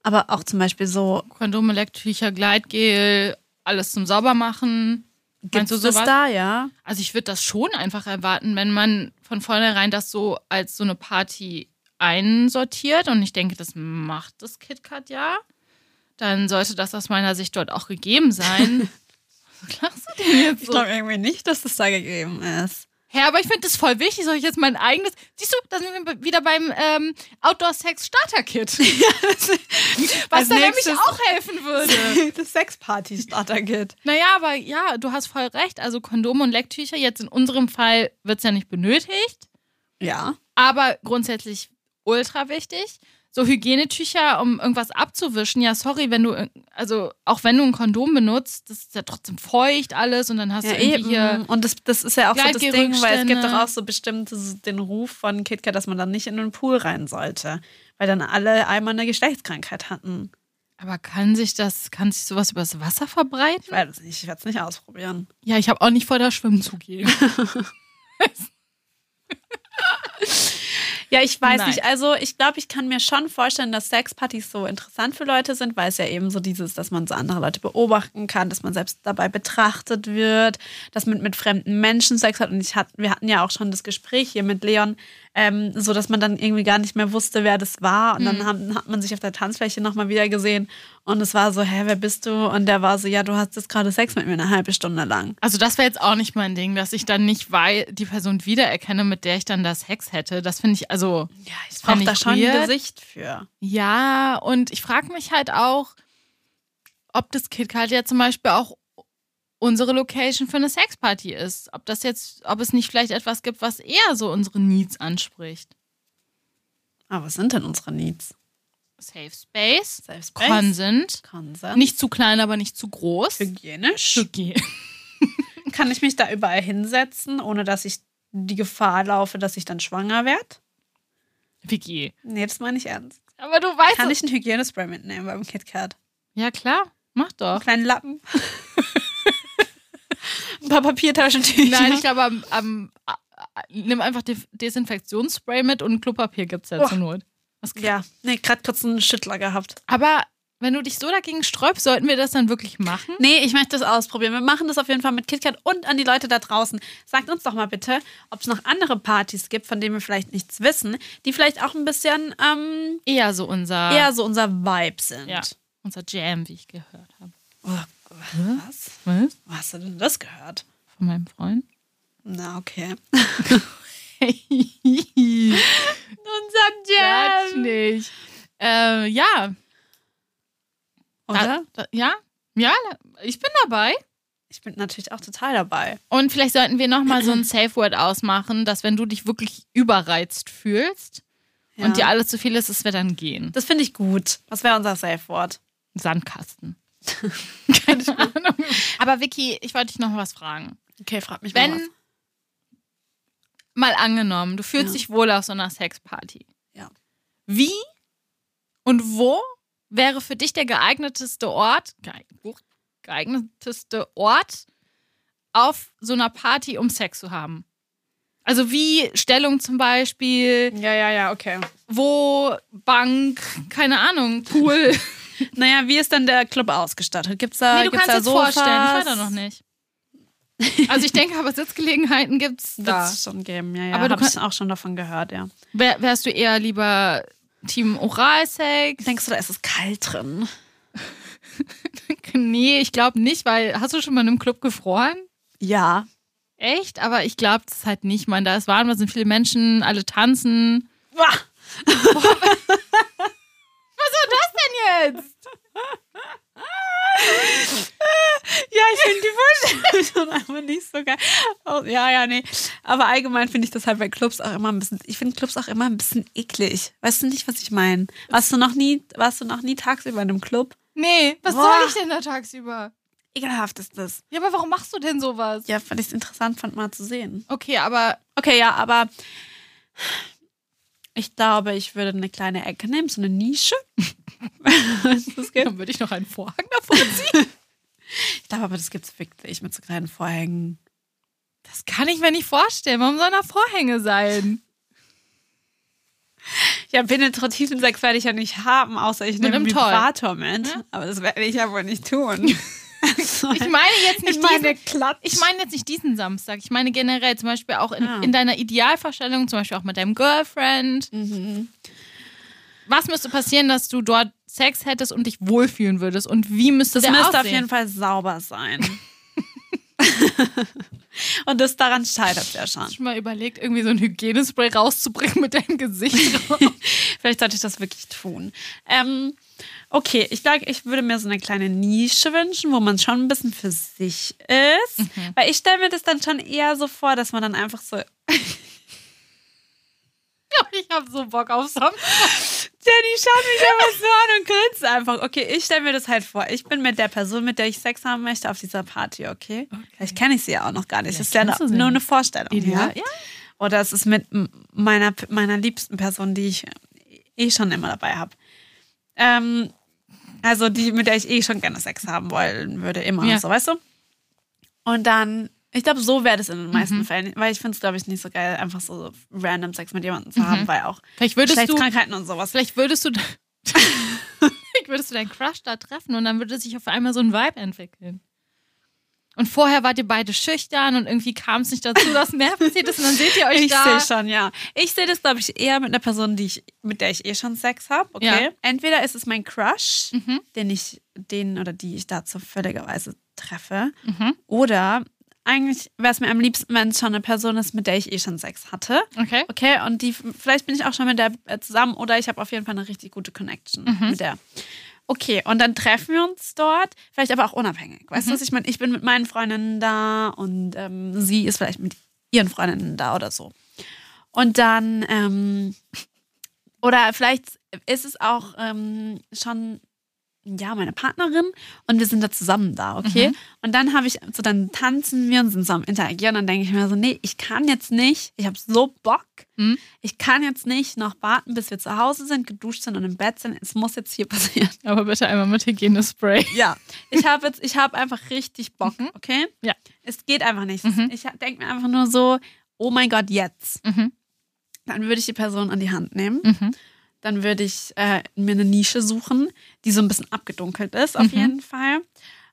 C: Aber auch zum Beispiel so
A: Kondome, Lecktücher, Gleitgel, alles zum Saubermachen.
C: Gibt
A: Meinst du
C: es das
A: sowas?
C: da, ja?
A: Also ich würde das schon einfach erwarten, wenn man von vornherein das so als so eine Party einsortiert. Und ich denke, das macht das KitKat ja. Dann sollte das aus meiner Sicht dort auch gegeben sein.
C: *laughs*
A: Was lachst du denn jetzt
C: Ich
A: so?
C: glaube irgendwie nicht, dass das da gegeben ist.
A: Hä, aber ich finde das voll wichtig. Soll ich jetzt mein eigenes... Siehst du, da sind wir be- wieder beim ähm,
C: *laughs*
A: Outdoor-Sex-Starter-Kit. Was
C: Als
A: da nämlich
C: nächstes-
A: auch helfen würde.
C: *laughs* das Sexparty-Starter-Kit.
A: Naja, aber ja, du hast voll recht. Also Kondome und Lecktücher, jetzt in unserem Fall wird es ja nicht benötigt,
C: Ja.
A: aber grundsätzlich ultra wichtig. So Hygienetücher, um irgendwas abzuwischen. Ja, sorry, wenn du, irg- also auch wenn du ein Kondom benutzt, das ist ja trotzdem feucht alles und dann hast
C: ja,
A: du irgendwie
C: eben.
A: hier.
C: Und das, das ist ja auch so das Ding, weil es gibt
A: Gleitgerückstände.
C: doch auch so bestimmt so den Ruf von KitKat, dass man dann nicht in den Pool rein sollte. Weil dann alle einmal eine Geschlechtskrankheit hatten.
A: Aber kann sich das, kann sich sowas übers Wasser
C: Ich
A: verbreiten?
C: weiß es nicht, ich werde es nicht ausprobieren.
A: Ja, ich habe auch nicht vor, da schwimmen zu
C: *laughs*
A: gehen.
C: Ja, ich weiß
A: Nein.
C: nicht. Also ich glaube, ich kann mir schon vorstellen, dass Sexpartys so interessant für Leute sind, weil es ja eben so dieses, dass man so andere Leute beobachten kann, dass man selbst dabei betrachtet wird, dass man mit fremden Menschen Sex hat. Und ich hat, wir hatten ja auch schon das Gespräch hier mit Leon, ähm, so dass man dann irgendwie gar nicht mehr wusste, wer das war. Und
A: Mhm.
C: dann haben, hat man sich auf der Tanzfläche nochmal wieder gesehen und es war so, hä, wer bist du? Und der war so, ja, du hast jetzt gerade Sex mit mir eine halbe Stunde lang.
A: Also das wäre jetzt auch nicht mein Ding, dass ich dann nicht wei- die Person wiedererkenne, mit der ich dann das Hex hätte. Das finde ich, also
C: Ja, ich
A: fand
C: brauche da
A: ich
C: schon ein
A: weird.
C: Gesicht für.
A: Ja, und ich frage mich halt auch, ob das KitKat ja zum Beispiel auch unsere Location für eine Sexparty ist. Ob das jetzt, ob es nicht vielleicht etwas gibt, was eher so unsere Needs anspricht.
C: Aber was sind denn unsere Needs?
A: Safe Space,
C: Selbst
A: Consent,
C: Konsens.
A: nicht zu klein, aber nicht zu groß.
C: hygienisch.
A: *laughs* Hygiene.
C: Kann ich mich da überall hinsetzen, ohne dass ich die Gefahr laufe, dass ich dann schwanger werde?
A: WG.
C: Nee, das meine ich ernst.
A: Aber du weißt
C: Kann
A: es-
C: ich ein Hygienespray mitnehmen beim KitKat?
A: Ja klar, mach
C: Einen
A: *laughs* doch.
C: kleinen Lappen. ein paar Papiertaschentücher.
A: Nein,
C: *laughs*
A: ich glaube, am, am, a- a- nimm einfach Def- Desinfektionsspray mit und Klopapier gibt es ja
C: Oh.
A: zur Not. Das
C: ja, nee, gerade kurz einen Schüttler gehabt.
A: Aber wenn du dich so dagegen sträubst, sollten wir das dann wirklich machen?
C: Nee, ich möchte das ausprobieren. Wir machen das auf jeden Fall mit KitKat und an die Leute da draußen. Sagt uns doch mal bitte, ob es noch andere Partys gibt, von denen wir vielleicht nichts wissen, die vielleicht auch ein bisschen ähm,
A: Eher so unser,
C: eher so unser Vibe sind.
A: ja, unser Jam, wie ich gehört habe.
C: Oh, was?
A: Was?
C: Wo hast du denn das gehört?
A: Von meinem
C: *laughs*
A: Freund?
C: Na, okay.
A: unser Jam! nicht. Äh, ja.
C: Oder?
A: Da, da, ja? Ja, ich bin dabei.
C: Ich bin natürlich auch total dabei.
A: Und vielleicht sollten wir nochmal so ein Safe Word ausmachen, dass wenn du dich wirklich überreizt fühlst
C: Ja.
A: und dir alles zu viel ist, dass wir dann gehen.
C: Das finde ich gut. Was wäre unser Safe-Wort? *laughs*
A: Sandkasten. Keine Ahnung. *laughs* Aber Vicky, ich wollte dich noch was fragen.
C: Okay, frag mich mal.
A: Wenn,
C: was.
A: mal angenommen, du fühlst
C: Ja.
A: dich wohl auf so einer Sexparty.
C: Ja.
A: Wie und wo wäre für dich der geeigneteste Ort, geeig- geeigneteste Ort auf so einer Party, um Sex zu haben? Also wie Stellung zum Beispiel,
C: Ja, ja, ja, okay.
A: wo Bank, keine Ahnung,
C: *laughs*
A: Pool.
C: Naja, wie ist denn der Club ausgestattet? Gibt's da,
A: nee, du
C: gibt's
A: kannst
C: da
A: jetzt
C: Sofas?
A: vorstellen, ich war da noch nicht. Also ich denke, aber Sitzgelegenheiten gibt's da.
C: Wird's schon geben, ja, ja.
A: Aber du
C: Hab ich auch schon davon gehört, ja.
A: Wär, wärst du eher lieber Team Oralsex?
C: Denkst du, da ist es kalt drin?
A: nee, ich glaube nicht, weil hast du schon mal in einem Club gefroren?
C: Ja.
A: Echt? Aber ich glaube, das ist halt nicht. Ich meine, da ist warm, da sind viele Menschen, alle tanzen.
C: Wah!
A: Was soll das denn jetzt?
C: Ja, ich finde die Vorstellung *laughs* schon aber nicht so geil. Oh, ja, ja, nee. Aber allgemein finde ich das halt bei Clubs auch immer ein bisschen, ich finde Clubs auch immer ein bisschen eklig. Weißt du nicht, was ich meine? Warst du noch nie, warst du noch nie tagsüber in einem Club?
A: Nee, was
C: Boah.
A: soll ich denn da tagsüber?
C: Ekelhaft ist das.
A: Ja, aber warum machst du denn sowas?
C: Ja, weil ich es interessant fand, mal zu sehen.
A: Okay, aber
C: Okay, ja, aber ich glaube, ich würde eine kleine Ecke nehmen, so eine Nische. *laughs* das gibt.
A: dann würde ich noch einen Vorhang davor ziehen.
C: *laughs* Ich glaube aber, das gibt es wirklich mit so kleinen Vorhängen.
A: Das kann ich mir nicht vorstellen. Warum sollen da Vorhänge sein?
C: Ja, penetrativen Sex werde ich ja nicht haben, außer ich nehme
A: einem
C: einen
A: Toy.
C: Vibrator mit.
A: Ja.
C: Aber das werde ich ja wohl nicht tun. *laughs* Also,
A: Ich meine jetzt nicht diesen,
C: Klatsch.
A: ich meine jetzt nicht diesen Samstag. Ich meine generell zum Beispiel auch in,
C: Ah.
A: in deiner Idealvorstellung, zum Beispiel auch mit deinem Girlfriend.
C: Mhm.
A: Was müsste passieren, dass du dort Sex hättest und dich wohlfühlen würdest? Und wie müsste
C: Das
A: der
C: müsste
A: aussehen?
C: auf jeden Fall sauber sein.
A: *laughs*
C: *laughs* Und das daran scheitert ja schon.
A: Hast du schon mal überlegt, irgendwie so ein Hygienespray rauszubringen mit deinem Gesicht *laughs* drauf?
C: Vielleicht sollte ich das wirklich tun. Ähm, okay, ich glaube, ich würde mir so eine kleine Nische wünschen, wo man schon ein bisschen für sich ist.
A: Mhm.
C: Weil ich stelle mir das dann schon eher so vor, dass man dann einfach so
A: ich habe so Bock auf Samstag.
C: Jenny, schau mich einfach so an und grinst einfach. Okay, ich stelle mir das halt vor. Ich bin mit der Person, mit der ich Sex haben möchte, auf dieser Party, okay? Vielleicht kenne ich sie ja auch noch gar nicht. Das ist ja
A: kennst du sie
C: nur eine
A: nicht.
C: Vorstellung.
A: Ideal,
C: Ja?
A: ja.
C: Oder es ist mit m- meiner, meiner liebsten Person, die ich eh schon immer dabei habe. Ähm, also die, mit der ich eh schon gerne Sex haben wollen würde, immer.
A: Ja.
C: So, weißt du? Und dann, ich glaube, so wäre das in den
A: Mhm.
C: meisten Fällen. Weil ich finde es, glaube ich, nicht so geil, einfach so random Sex mit jemandem zu haben, weil auch
A: Vielleicht Mhm. würdest du,
C: Krankheiten und sowas.
A: vielleicht würdest *laughs* du, vielleicht würdest du deinen Crush da treffen und dann würde sich auf einmal so ein Vibe entwickeln. Und vorher wart ihr beide schüchtern und irgendwie kam es nicht dazu, dass mehr passiert ist und dann seht ihr euch
C: Ich
A: da.
C: sehe schon, ja. Ich sehe das, glaube ich, eher mit einer Person, die ich, mit der ich eh schon Sex habe. Okay.
A: Ja. Mhm.
C: Entweder ist es mein Crush, den ich, den oder die ich dazu völligerweise treffe.
A: Mhm.
C: Oder eigentlich wäre es mir am liebsten, wenn es schon eine Person ist, mit der ich eh schon Sex hatte.
A: Okay.
C: Okay, und die, vielleicht bin ich auch schon mit der äh, zusammen oder ich habe auf jeden Fall eine richtig gute Connection mit der. Okay, und dann treffen wir uns dort, vielleicht aber auch unabhängig. Weißt du, was ich meine? Ich bin mit meinen Freundinnen da und ähm, sie ist vielleicht mit ihren Freundinnen da oder so. Und dann, ähm, oder vielleicht ist es auch ähm, schon, ja, meine Partnerin und wir sind da zusammen da, okay? Und dann habe ich, so dann tanzen wir und sind zusammen interagieren und dann denke ich mir so, nee, ich kann jetzt nicht, ich habe so Bock,
A: Mhm.
C: ich kann jetzt nicht noch warten, bis wir zu Hause sind, geduscht sind und im Bett sind, es muss jetzt hier *laughs* passieren.
A: Aber bitte einmal mit Hygienespray.
C: Ja. Ich habe jetzt, ich habe einfach richtig Bock, okay?
A: Mhm. Ja.
C: Es geht einfach nicht.
A: Mhm.
C: Ich denke mir einfach nur so, oh mein Gott, jetzt.
A: Mhm.
C: Dann würde ich die Person an die Hand nehmen.
A: Mhm.
C: Dann würde ich äh, mir eine Nische suchen, die so ein bisschen abgedunkelt ist, auf
A: Mhm.
C: jeden Fall.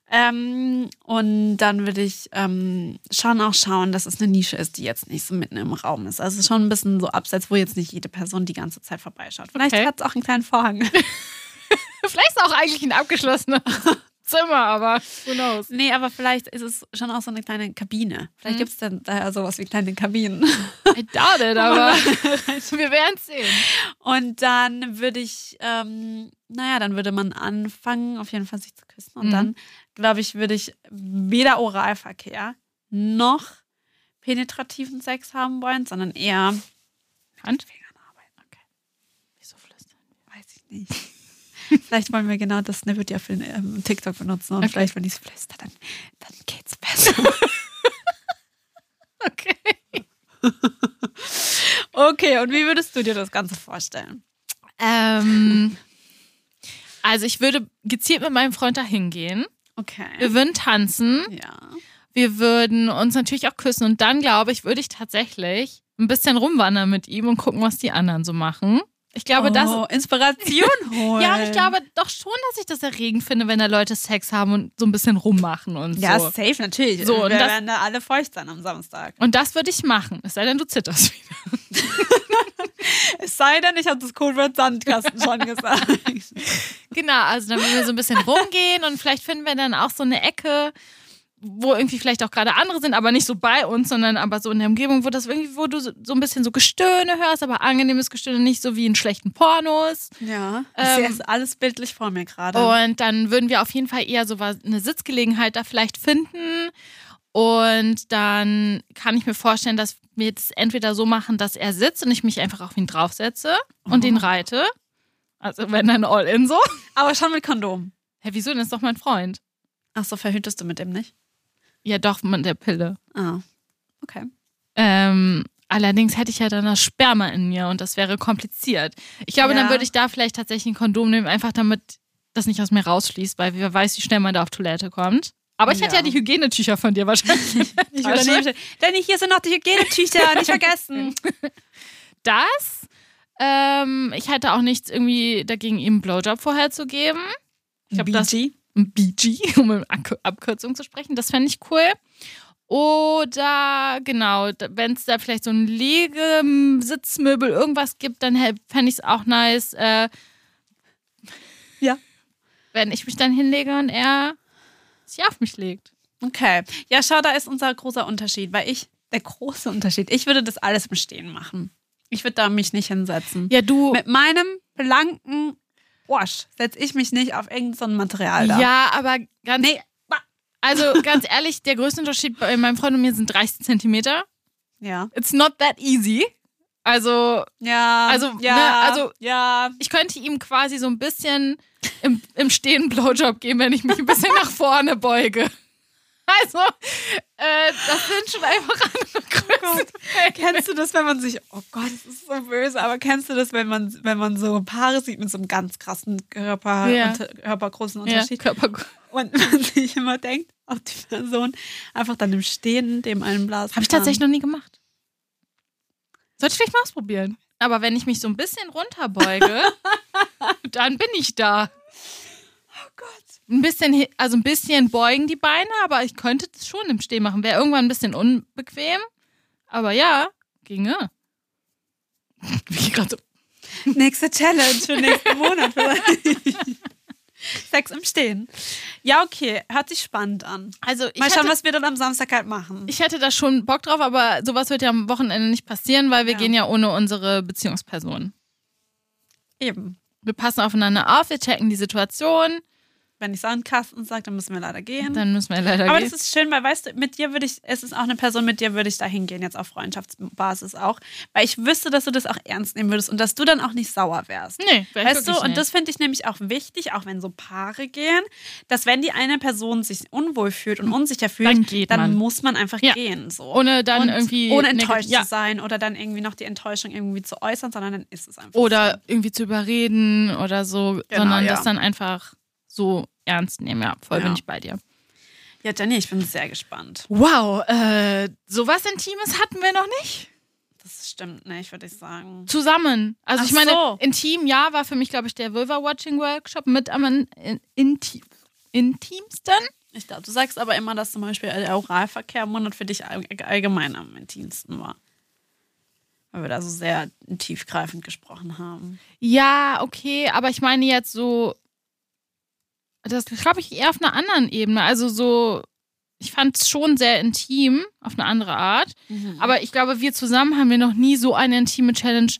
C: Ähm, und dann würde ich ähm, schon auch schauen, dass es eine Nische ist, die jetzt nicht so mitten im Raum ist. Also schon ein bisschen so abseits, wo jetzt nicht jede Person die ganze Zeit vorbeischaut. Vielleicht
A: Okay.
C: hat es auch einen kleinen Vorhang.
A: *laughs* Vielleicht ist auch eigentlich ein abgeschlossenes *laughs* Zimmer, aber who knows.
C: nee, aber vielleicht ist es schon auch so eine kleine Kabine. Vielleicht
A: Mhm.
C: gibt es dann da sowas wie kleine Kabinen.
A: *laughs* I doubt it, aber *laughs* wir werden sehen.
C: Und dann würde ich, ähm, naja, dann würde man anfangen, auf jeden Fall sich zu küssen. Und
A: Mhm.
C: dann, glaube ich, würde ich weder Oralverkehr noch penetrativen Sex haben wollen, sondern eher
A: Hand?
C: Fingernarbeit.
A: Wieso flüstern?
C: Weiß ich nicht.
A: *laughs*
C: vielleicht wollen wir genau das ne, wird ja für den, ähm, TikTok benutzen. Und
A: Okay.
C: vielleicht, wenn ich es flüster, dann, dann geht's besser.
A: *laughs* Okay.
C: okay, und wie würdest du dir das Ganze vorstellen?
A: Ähm, also ich würde gezielt mit meinem Freund da hingehen.
C: Okay.
A: Wir würden tanzen.
C: Ja.
A: Wir würden uns natürlich auch küssen. Und dann, glaube ich, würde ich tatsächlich ein bisschen rumwandern mit ihm und gucken, was die anderen so machen. Ich glaube, das...
C: oh, *laughs* Inspiration holen.
A: Ja, aber ich glaube doch schon, dass ich das erregend finde, wenn da Leute Sex haben und so ein bisschen rummachen und
C: Ja,
A: so.
C: safe, natürlich.
A: So,
C: wir
A: und das-
C: werden da alle feucht sein am Samstag.
A: Und das würde ich machen. Es sei denn, du zitterst *laughs* wieder.
C: Es sei denn, ich habe das Codewort Sandkasten *laughs* schon gesagt.
A: Genau, also dann würden wir so ein bisschen rumgehen und vielleicht finden wir dann auch so eine Ecke, wo irgendwie vielleicht auch gerade andere sind, aber nicht so bei uns, sondern aber so in der Umgebung, wo das irgendwie, wo du so so ein bisschen so Gestöhne hörst, aber angenehmes Gestöhne, nicht so wie in schlechten Pornos.
C: Ja.
A: Ähm,
C: ich sehe es alles bildlich vor mir gerade.
A: Und dann würden wir auf jeden Fall eher so was- eine Sitzgelegenheit da vielleicht finden. Und dann kann ich mir vorstellen, dass wir es entweder so machen, dass er sitzt und ich mich einfach auf ihn draufsetze und
C: Oh.
A: ihn reite. Also wenn dann all in so.
C: Aber schon mit Kondom.
A: Hä, wieso denn? Das ist doch mein Freund.
C: Ach so, verhütest du mit dem nicht?
A: Ja, doch, mit der Pille.
C: Ah. Okay.
A: Ähm, allerdings hätte ich ja dann das Sperma in mir und das wäre kompliziert. Ich glaube,
C: Ja.
A: dann würde ich da vielleicht tatsächlich ein Kondom nehmen, einfach damit das nicht aus mir rausfließt, weil wer weiß, wie schnell man da auf Toilette kommt. Aber ich hätte
C: Ja.
A: ja die Hygienetücher von dir wahrscheinlich.
C: *laughs*
A: Also
C: Ich
A: Tasche.
C: übernehme. Danny, hier sind noch die *laughs* Hygienetücher, nicht vergessen.
A: Das. Ähm, ich hätte auch nichts irgendwie dagegen, ihm einen Blowjob vorher zu geben. Ich glaube, das
C: BG.
A: ein BG, *laughs* um in Ak- Abkürzung zu sprechen. Das fände ich cool. Oder genau, wenn es da vielleicht so ein Liege-Sitzmöbel, irgendwas gibt, dann fände ich es auch nice. Äh,
C: Ja.
A: Wenn ich mich dann hinlege und er sich auf mich legt.
C: Okay. Ja, schau, da ist unser großer Unterschied, weil ich, der große Unterschied, ich würde das alles im Stehen machen. Ich würde da mich nicht hinsetzen.
A: Ja, du.
C: Mit meinem blanken Wash setze ich mich nicht auf irgendein so ein Material da.
A: Ja, aber ganz.
C: Nee.
A: Also ganz ehrlich, der größte Unterschied bei meinem Freund und mir sind 30 Zentimeter.
C: Ja.
A: It's not that easy. Also
C: Ja.
A: Also,
C: ja.
A: ne, also-
C: ja.
A: ich könnte ihm quasi so ein bisschen im, im Stehen Blowjob geben, wenn ich mich ein bisschen nach vorne beuge. Also, äh, das sind schon einfach andere Größen.
C: Kennst du das, wenn man sich, oh Gott, das ist so böse, aber kennst du das, wenn man, wenn man so Paare sieht mit so einem ganz krassen Körper,
A: Ja.
C: unter, körpergroßen
A: Ja,
C: Unterschied
A: Körper.
C: und *laughs* man sich immer denkt, auf die Person einfach dann im Stehen, dem einen Blasen.
A: Habe ich
C: kann.
A: tatsächlich noch nie gemacht. Sollte ich vielleicht mal ausprobieren. Aber wenn ich mich so ein bisschen *laughs* runterbeuge, dann bin ich da.
C: Oh Gott.
A: Ein bisschen, hi- also ein bisschen beugen die Beine, aber ich könnte das schon im Stehen machen. Wäre irgendwann ein bisschen unbequem. Aber ja, ginge. *laughs* Wie gerade so
C: Nächste Challenge für nächsten
A: *laughs*
C: Monat. vielleicht. Sex im Stehen. Ja, okay, hört sich spannend an.
A: Also ich
C: Mal schauen,
A: hätte,
C: was wir dann am Samstag halt machen.
A: ich hätte da schon Bock drauf, aber sowas wird ja am Wochenende nicht passieren, weil wir
C: Ja.
A: gehen ja ohne unsere Beziehungsperson.
C: Eben.
A: Wir passen aufeinander auf, wir checken die Situation,
C: Wenn ich Sandkasten sage, dann müssen wir leider gehen.
A: dann müssen wir leider
C: Aber
A: gehen.
C: das ist schön, weil weißt du, mit dir würde ich, es ist auch eine Person, mit dir würde ich da hingehen, jetzt auf Freundschaftsbasis auch. Weil ich wüsste, dass du das auch ernst nehmen würdest und dass du dann auch nicht sauer wärst.
A: nee, wär ich
C: Weißt du,
A: wirklich
C: und
A: nicht.
C: das finde ich nämlich auch wichtig, auch wenn so Paare gehen, dass wenn die eine Person sich unwohl fühlt und unsicher fühlt,
A: Dann geht man.
C: muss man einfach
A: Ja.
C: gehen. So.
A: ohne dann
C: und
A: irgendwie
C: ohne
A: neg-
C: enttäuscht
A: ja.
C: zu sein oder dann irgendwie noch die Enttäuschung irgendwie zu äußern, sondern dann ist es einfach.
A: oder irgendwie zu überreden oder so,
C: Genau,
A: sondern
C: ja.
A: das dann einfach so ernst nehmen. Ja, voll
C: Ja.
A: bin ich bei dir.
C: so. Ja, Jenny, ich bin sehr gespannt.
A: Wow, äh, sowas Intimes hatten wir noch nicht.
C: Das stimmt nicht, würde ich sagen.
A: Zusammen. Also
C: Ach
A: ich meine,
C: so.
A: intim, ja, war für mich, glaube ich, der Vulva-Watching-Workshop mit am in, in, inti- intimsten.
C: Ich glaube, du sagst aber immer, dass zum Beispiel der Oralverkehr im Monat für dich all- allgemein am intimsten war. Weil wir da so sehr tiefgreifend gesprochen haben.
A: Ja, okay, aber ich meine jetzt so, das glaube ich eher auf einer anderen Ebene. Also so, ich fand es schon sehr intim, auf eine andere Art. Aber ich glaube, wir zusammen haben wir noch nie so eine intime Challenge.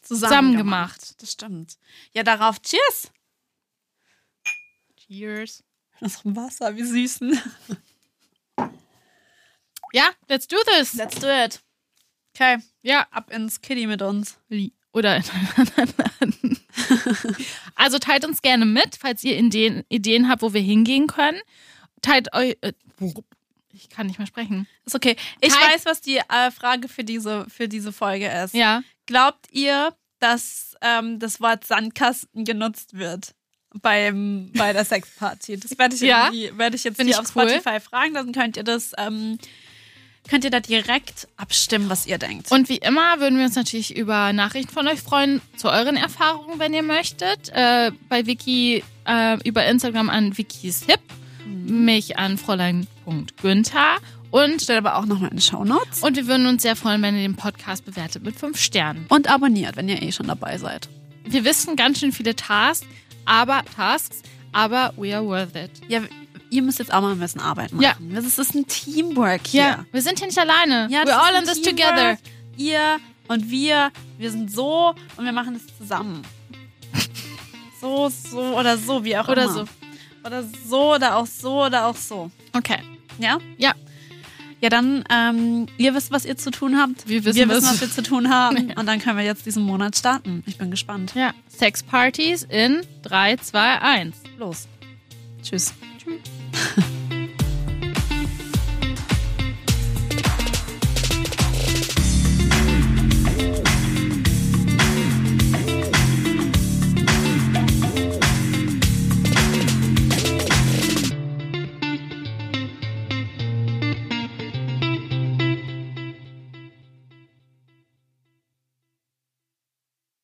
A: Zusammen gemacht.
C: Das stimmt. Ja, darauf Cheers!
A: Cheers.
C: Das Wasser, wie süßen.
A: Ja, let's do this.
C: Let's do it. Okay,
A: Ja.
C: ab ins Kitty mit uns.
A: Oder *laughs* Also teilt uns gerne mit, falls ihr Ideen, Ideen habt, wo wir hingehen können. Teilt euch. Äh, ich kann nicht mehr sprechen.
C: Ist okay. Ich
A: Hi.
C: weiß, was die äh, Frage für diese, für diese Folge ist.
A: Ja.
C: Glaubt ihr, dass ähm, das Wort Sandkasten genutzt wird beim, bei der Sexparty? Das werde ich,
A: Ja.
C: irgendwie- werde ich jetzt
A: Find
C: hier
A: ich
C: auf
A: cool.
C: Spotify fragen, dann könnt ihr das ähm, könnt ihr da direkt abstimmen, was ihr denkt.
A: Und wie immer würden wir uns natürlich über Nachrichten von euch freuen, zu euren Erfahrungen, wenn ihr möchtet. Äh, bei Vicky äh, über Instagram an Vickys Hip,
C: Mhm.
A: mich an Fräulein.günther. Und,
C: stellt aber auch nochmal in die Shownotes.
A: und wir würden uns sehr freuen, wenn ihr den Podcast bewertet mit fünf Sternen.
C: Und abonniert, wenn ihr eh schon dabei seid.
A: Wir wissen ganz schön viele Tasks, aber Tasks, aber we are worth it.
C: Ja, ihr müsst jetzt auch mal ein bisschen Arbeit machen.
A: Ja.
C: Das ist, das ist ein Teamwork hier.
A: Ja, wir sind hier nicht alleine.
C: Ja, das
A: We're
C: ist
A: all
C: ein
A: in this
C: Teamwork.
A: together.
C: Ihr und wir, wir sind so und wir machen das zusammen. *laughs* So, so oder so, wie auch
A: Oder
C: immer.
A: so.
C: Oder so oder auch so oder auch so.
A: Okay.
C: Ja?
A: Ja.
C: Ja, dann, ähm, ihr wisst, was ihr zu tun habt.
A: Wir wissen, was-
C: was wir zu tun *laughs* haben. Und dann können wir jetzt diesen Monat starten. Ich bin gespannt.
A: Ja. Sexpartys in 3, 2, 1.
C: Los. Tschüss.